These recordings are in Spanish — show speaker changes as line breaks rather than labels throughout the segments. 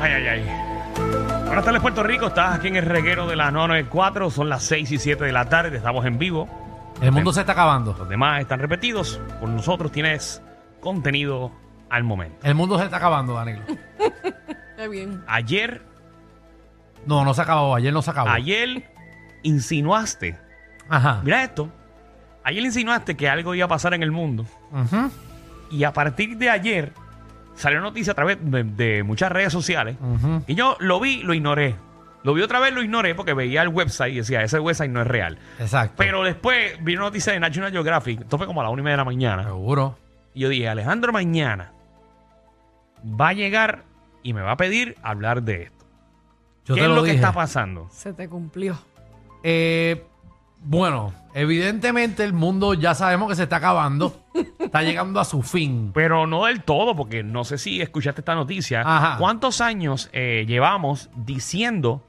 Ay, ay, ay. Buenas tardes, Puerto Rico. Estás aquí en el reguero de la 994. Son las 6 y 7 de la tarde. Estamos en vivo.
El mundo se está acabando.
Los demás están repetidos. Con nosotros tienes contenido al momento.
El mundo se está acabando, Danilo.
Está bien.
Ayer,
No, no se acabó. Ayer no se acabó.
ayer insinuaste.
Ajá.
Mira esto. Ayer insinuaste que algo iba a pasar en el mundo.
Ujú,
Y a partir de ayer salió noticia a través de, de muchas redes sociales.
ujú.
Y yo lo vi, lo ignoré. Lo vi otra vez, lo ignoré porque veía el website y decía, ese website no es real.
Exacto.
Pero después vi una noticia de National Geographic, esto fue como a las una y media de la mañana.
Seguro.
Y yo dije, Alejandro mañana va a llegar y me va a pedir hablar de esto.
Yo
¿Qué
te
es lo, que
dije.
está pasando?
Se te cumplió.
Eh, bueno, evidentemente el mundo ya sabemos que se está acabando. está llegando a su fin.
Pero no del todo, porque no sé si escuchaste esta noticia.
Ajá.
¿Cuántos años eh, llevamos diciendo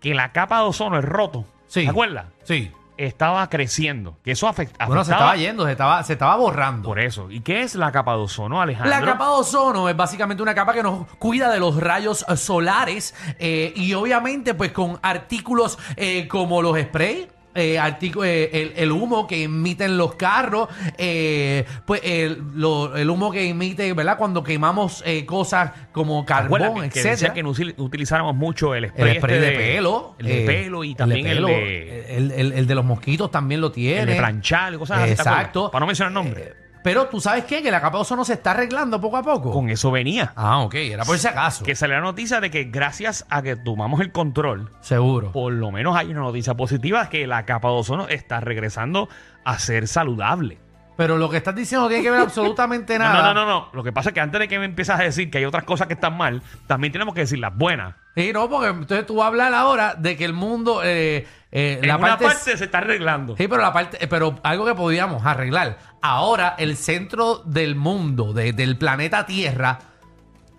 que la capa de ozono es roto?
Sí.
¿Te acuerdas?
Sí.
Estaba creciendo. Que eso afect- afectaba.
Bueno, se estaba yendo, se estaba, se estaba borrando.
Por eso. ¿Y qué es la capa de ozono, Alejandro?
La capa de ozono es básicamente una capa que nos cuida de los rayos eh, solares eh, y obviamente pues con artículos eh, como los sprays. eh, articu- eh, el, el humo que emiten los carros, eh, pues el, lo- el humo que emite, ¿verdad? Cuando quemamos eh, cosas como
Acuérdate
carbón,
que, que decían
etcétera.
que no usil- utilizáramos mucho el spray,
el spray
este
de pelo,
El de
eh,
pelo y también el
pelo, eh,
de,
el- el- el de los mosquitos también lo tiene.
el de planchar, cosas así, ¿te acuerdas?
Exacto.
Para no mencionar nombres.
Eh, pero tú sabes qué? Que la capa de ozono se está arreglando poco a poco.
Con eso venía.
Ah, ok, era por si acaso.
Que salió la noticia de que gracias a que tomamos el control,
Seguro.
por lo menos hay una noticia positiva que la capa de ozono está regresando a ser saludable.
Pero lo que estás diciendo no tiene que ver absolutamente
No,
nada.
no, no, no. Lo que pasa es que antes de que me empieces a decir que hay otras cosas que están mal, también tenemos que decir las buenas.
Sí, no, porque entonces tú vas a hablar ahora de que el mundo. eh, eh,
En
la
una
parte.
parte se está arreglando.
Sí, pero la parte. eh, Pero algo que podíamos arreglar. Ahora el centro del mundo, de- del planeta Tierra,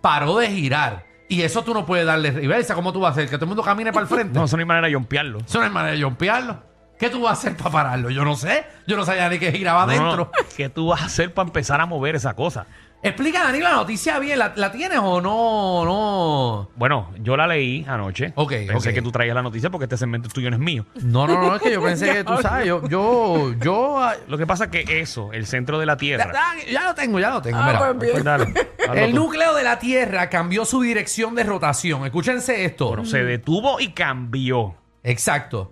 paró de girar. Y eso tú no puedes darle reversa. ¿Cómo tú vas a hacer? Que todo el mundo camine para el frente.
No, eso no hay manera de yompearlo.
Eso no es manera de jompearlo. ¿Qué tú vas a hacer para pararlo? Yo no sé. Yo no sabía ni que giraba
No, no,
adentro.
no. ¿Qué tú vas a hacer para empezar a mover esa cosa?
Explica, Dani, la noticia bien. ¿La, la tienes o no? No.
Bueno, yo la leí anoche.
Ok,
Pensé
ok.
que tú traías la noticia porque este segmento tuyo no es mío.
No, no, no, es que yo pensé que tú sabes, yo, yo, yo, ah,
Lo que pasa es que eso, el centro de la
ya,
Tierra.
ya- ya lo tengo, ya lo tengo,
Ah,
mira. Ah, pues.
pues bien.
Dale, hazlo
El
tú.
núcleo de la Tierra cambió su dirección de rotación. Escúchense esto.
Bueno, se detuvo y cambió.
Exacto.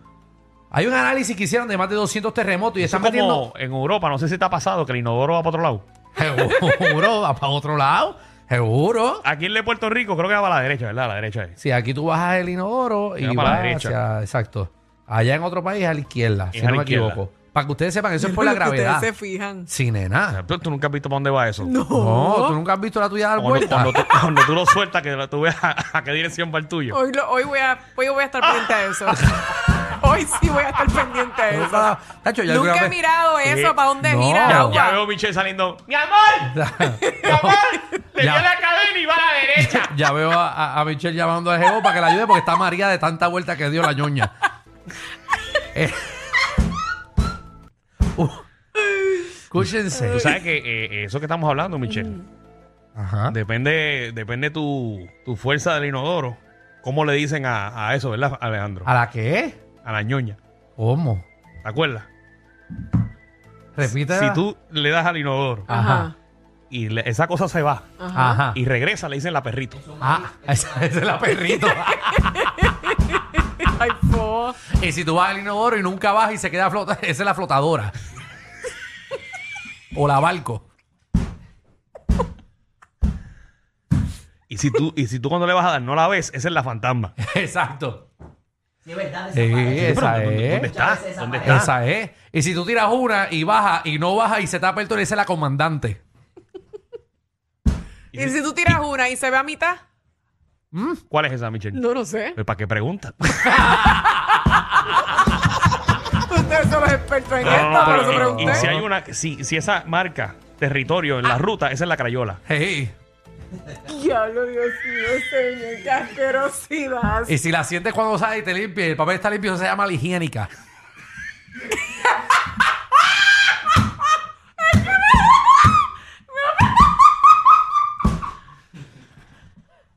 Hay un análisis que hicieron de más de 200 terremotos y
Eso
están
como
metiendo...
en Europa, no sé si te ha pasado que el inodoro va para otro lado.
Seguro, va para otro lado. Seguro.
Aquí el de Puerto Rico creo que va para la derecha, ¿verdad? A la derecha es.
Si aquí tú bajas el inodoro y
Va para la
vas
derecha.
hacia- Exacto. Allá en otro país a la izquierda,
Es
si
a
no
la
me
izquierda.
equivoco. Para que ustedes sepan, eso es por la
Lo que ustedes
gravedad.
se fijan.
Sí,
O sea,
nena.
¿Tú, tú nunca has visto para dónde va eso.
No.
No, tú nunca has visto la tuya dar
Oh. Cuando,
vuelta.
cuando tú, cuando tú lo sueltas, que tú veas a, a qué dirección va el tuyo.
Hoy, lo- hoy, voy a, hoy voy a estar pendiente de eso. Hoy sí voy a estar pendiente de eso.
Nunca- Tacho, ya
Nunca
alguna
he
vez-
mirado
Sí.
eso, para dónde
No.
gira el
Ya,
agua.
ya veo a Michelle saliendo. ¡Mi amor! ¡Mi amor! ¡Le
Ya.
dio la cadena y va a la derecha!
Ya veo a- a, a Michelle llamando a Jehová para que la ayude porque está María de tanta vuelta que dio la ñoña. Eh. Uh. Escúchense.
Tú sabes que eh, eso que estamos hablando, Michelle, ¿Ah?
Ajá.
depende, depende tu, tu fuerza del inodoro. ¿Cómo le dicen a, a eso, verdad, Alejandro?
¿A la qué?
A la ñoña.
¿Cómo?
¿Te acuerdas?
Repite.
Si tú le das al inodoro
Ajá.
y le- esa cosa se va
Ajá.
y regresa, le dicen la perrito.
Ah, esa, esa es la perrito. Ah.
Ay, po.
y si tú vas al inodoro y nunca vas y se queda flota, esa es la flotadora. o la barco.
Y si tú, y si tú cuando le vas a dar no la ves, esa es la fantasma.
Exacto.
Sí, verdad,
Sí,
desaparece.
esa
Pero, Eh, ¿dónde,
es.
dónde está?
Ya ves esa
¿Dónde está?
Esa es. Y si tú tiras una y baja y no baja y se tapa el torneo, esa es la comandante.
¿Y si tú tiras una y se ve a mitad?
¿Cuál es esa, Michelle?
No lo sé.
Pues, ¿Para qué pregunta?
Ustedes son los expertos en esto,
No, Ah.
por
pero,
eso
eh,
pregunté.
y si hay una, si, si esa marca territorio en la ruta, esa es la crayola.
Hey.
Diablo, Dios mío, señor, qué asquerosidad.
Y si la sientes cuando sale y te limpia, el papel está limpio, eso se llama la higiénica.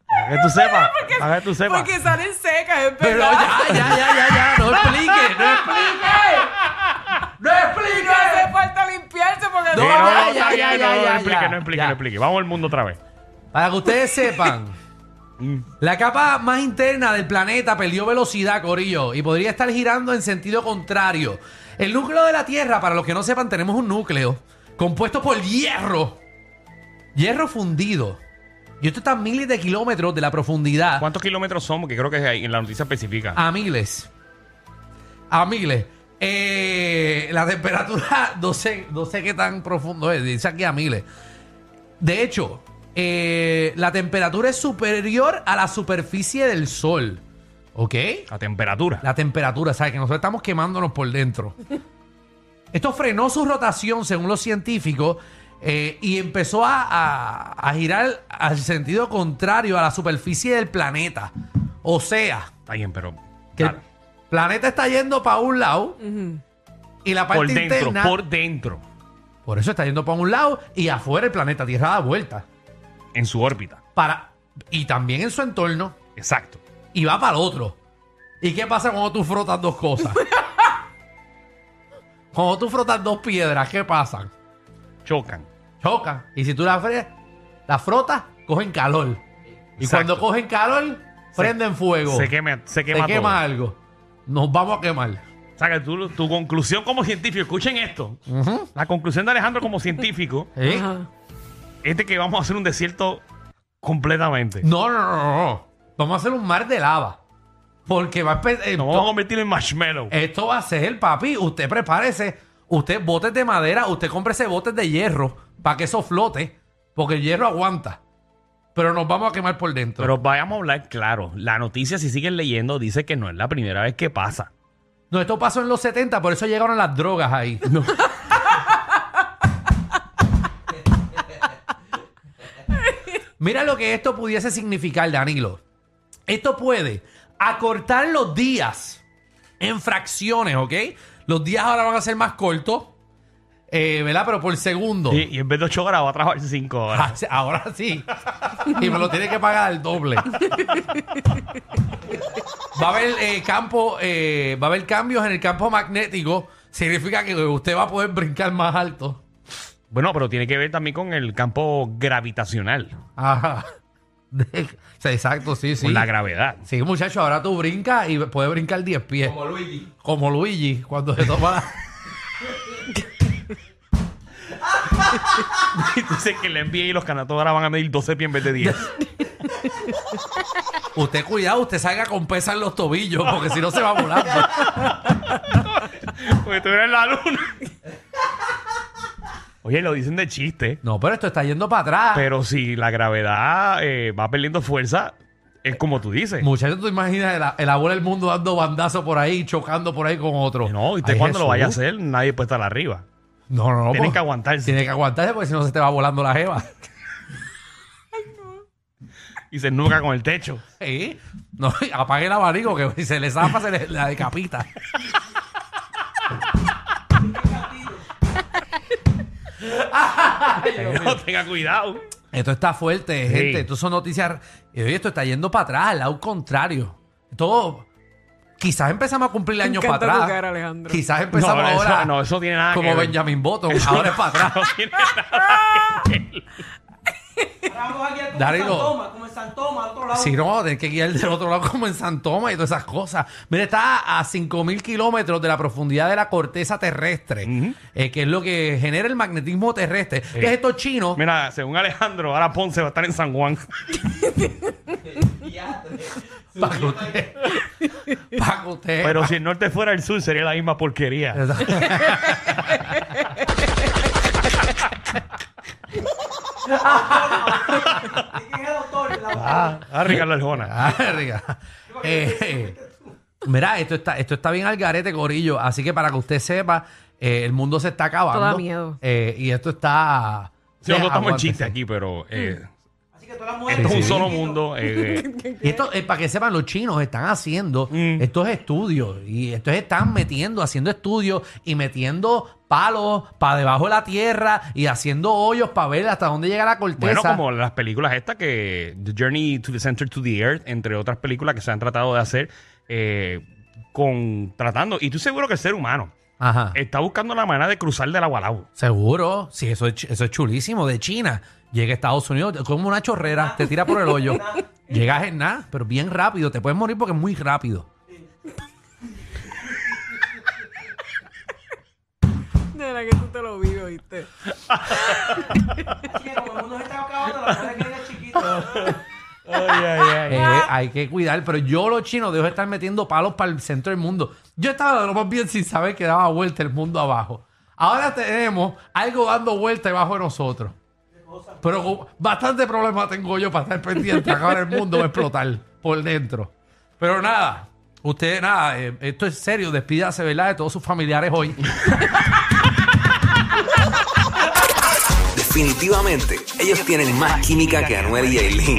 Para que tú sepas. Para que tú sepas.
Porque salen secas, es
Pero ya,
verdad.
ya, ya, ya, ya. No explique, no explique. No
Y no hace falta limpiarse porque
Sí, no,
No, ya,
está
ya,
bien,
ya,
no, no,
ya,
no explique,
ya,
no explique,
ya.
no explique. Vamos al mundo otra vez.
Para que ustedes sepan, la capa más interna del planeta perdió velocidad, Corillo, y podría estar girando en sentido contrario. El núcleo de la Tierra, para los que no sepan, tenemos un núcleo compuesto por hierro. Hierro fundido. Y esto está a miles de kilómetros de la profundidad.
¿Cuántos kilómetros somos? Que creo que ahí en la noticia especifica.
A miles. A miles. Eh, la temperatura, no sé, no sé qué tan profundo es, dice aquí a miles. De hecho, eh, la temperatura es superior a la superficie del sol. ¿Ok?
A temperatura.
La temperatura, ¿sabes? Que nosotros estamos quemándonos por dentro. Esto frenó su rotación, según los científicos, eh, y empezó a, a- a girar al sentido contrario a la superficie del planeta. O sea,
Está bien, pero.
que
dale.
el planeta está yendo para un lado y la parte
Por dentro,
interna.
por dentro.
por eso está yendo para un lado y afuera el planeta Tierra da vueltas.
En su órbita.
Para, y también en su entorno.
Exacto.
Y va para el otro. ¿Y qué pasa cuando tú frotas dos cosas? cuando tú frotas dos piedras, ¿qué pasan?
Chocan.
Chocan. Y si tú las fre- las frotas, cogen calor. Y
Exacto.
cuando cogen calor, prenden fuego.
Se quema, se
Se
quema, todo.
quema algo. Nos vamos a quemar.
O sea, que tú- tu conclusión como científico, escuchen esto. La conclusión de Alejandro como científico
¿Eh?
Ajá.
es de que vamos a hacer un desierto completamente.
No, no, no, no, no. Vamos a hacer un mar de lava. Porque va a empe- esto,
Nos vamos a convertir en marshmallow.
esto va a ser, papi. Usted prepárese. Usted botes de madera, usted cómprese botes de hierro para que eso flote. Porque el hierro aguanta. Pero nos vamos a quemar por dentro.
Pero vayamos a hablar claro. La noticia, si siguen leyendo, dice que no es la primera vez que pasa.
no, esto pasó en los 70, por eso llegaron las drogas ahí. Mira lo que esto pudiese significar, Danilo. Esto puede acortar los días en fracciones, ¿ok? Los días ahora van a ser más cortos, eh, ¿verdad? Pero por segundo.
Y, y en vez de 8 horas va a trabajar 5 horas.
Ah, Ahora sí. Y me lo tiene que pagar el doble. Va a haber eh, campo, eh, va a haber cambios en el campo magnético. Significa que usted va a poder brincar más alto.
Bueno, pero tiene que ver también con el campo gravitacional,
Ajá. De- sí, exacto, sí, sí.
con la gravedad.
Sí, muchacho, ahora tú brincas y puedes brincar 10 pies. Como Luigi. Como Luigi, cuando se toma la...
Dice que el NBA y los canatos ahora van a medir 12 pies en vez de 10.
Usted cuidado, usted salga con pesas en los tobillos, porque si no se va volando.
Porque estuviera en la luna. Oye, lo dicen de chiste.
No, pero esto está yendo para atrás.
Pero si la gravedad eh, va perdiendo fuerza, es como tú dices.
Muchachos, tú imaginas el, el abuelo del mundo dando bandazos por ahí, chocando por ahí con otro.
No, y
Ay,
usted cuando lo
Jesús.
vaya a hacer, nadie puede estar arriba.
No, no, no.
Tienen
pues,
que aguantarse.
Tiene que aguantarse porque si no se te va volando la jeva.
Y se nunca con el techo.
¿Eh? No, apague el abanico que si se le zapa se le la decapita.
No, tenga cuidado.
Esto está fuerte,
Sí.
gente. Esto son noticias. Y oye, esto está yendo para atrás, al lado contrario. Todo. Quizás empezamos a cumplir
Me
años para
encanta tu
atrás.
cara, Alejandro.
Quizás
No,
empezamos
no,
ahora.
eso, no, eso tiene nada
como
que ver.
Benjamin Button. Ahora es para atrás.
No tiene nada que ver.
Vamos aquí como
Darilo.
en San Tomás, como en San Tomás, al otro lado.
Si no, tenés que guiar del otro lado como en San Tomás y todas esas cosas. Mira, está a 5.000 kilómetros de la profundidad de la corteza terrestre,
Ujú.
eh, que es lo que genera el magnetismo terrestre. ¿Qué es esto chino?
Mira, según Alejandro, ahora Ponce va a estar en San Juan.
Diatre.
Para que usted... pa' que usted-
Pero si el norte fuera el sur, sería la misma porquería.
¿Y quién es el autor? La-
Ah, ah, Ricardo Arjona.
Ah, rica. Eh, mira, esto está, esto está bien al garete, Corillo. Así que para que usted sepa, eh, el mundo se está acabando.
Todo da miedo.
Eh, y esto está...
Sí, nosotros estamos en
Aguántese.
chiste aquí, pero eh,
Así que que todas las mujeres.
Esto es un
Sí, sí.
solo mundo. eh, eh.
Y esto, eh, para que sepan, los chinos están haciendo
Mm.
estos estudios y estos están metiendo, haciendo estudios y metiendo palos para debajo de la tierra y haciendo hoyos para ver hasta dónde llega la corteza.
Bueno, como las películas estas que The Journey to the Center to the Earth, entre otras películas que se han tratado de hacer, eh, con tratando. Y tú seguro que el ser humano
Ajá.
está buscando la manera de cruzar del agua al agua.
Seguro, sí, eso es, ch- eso es chulísimo. De China, llega a Estados Unidos, como una chorrera, te tira por el hoyo. Llegas en nada, pero bien rápido. Te puedes morir porque es muy rápido.
De verdad que tú te lo vives, ¿viste?
Así que como el mundo se está acabando, las mujeres quieren el chiquito.
Eh, hay que cuidar, pero yo los chinos dejo de estar metiendo palos para el centro del mundo. Yo estaba de lo más bien sin saber que daba vuelta el mundo abajo. Ahora tenemos algo dando vuelta debajo de nosotros. Pero con- bastante problema tengo yo para estar pendiente. Acabar el mundo va a explotar por dentro. Pero nada, ustedes nada, eh, esto es serio. Despídase, ¿verdad? De todos sus familiares hoy.
Definitivamente, ellos tienen más química que Anuel y Aileen.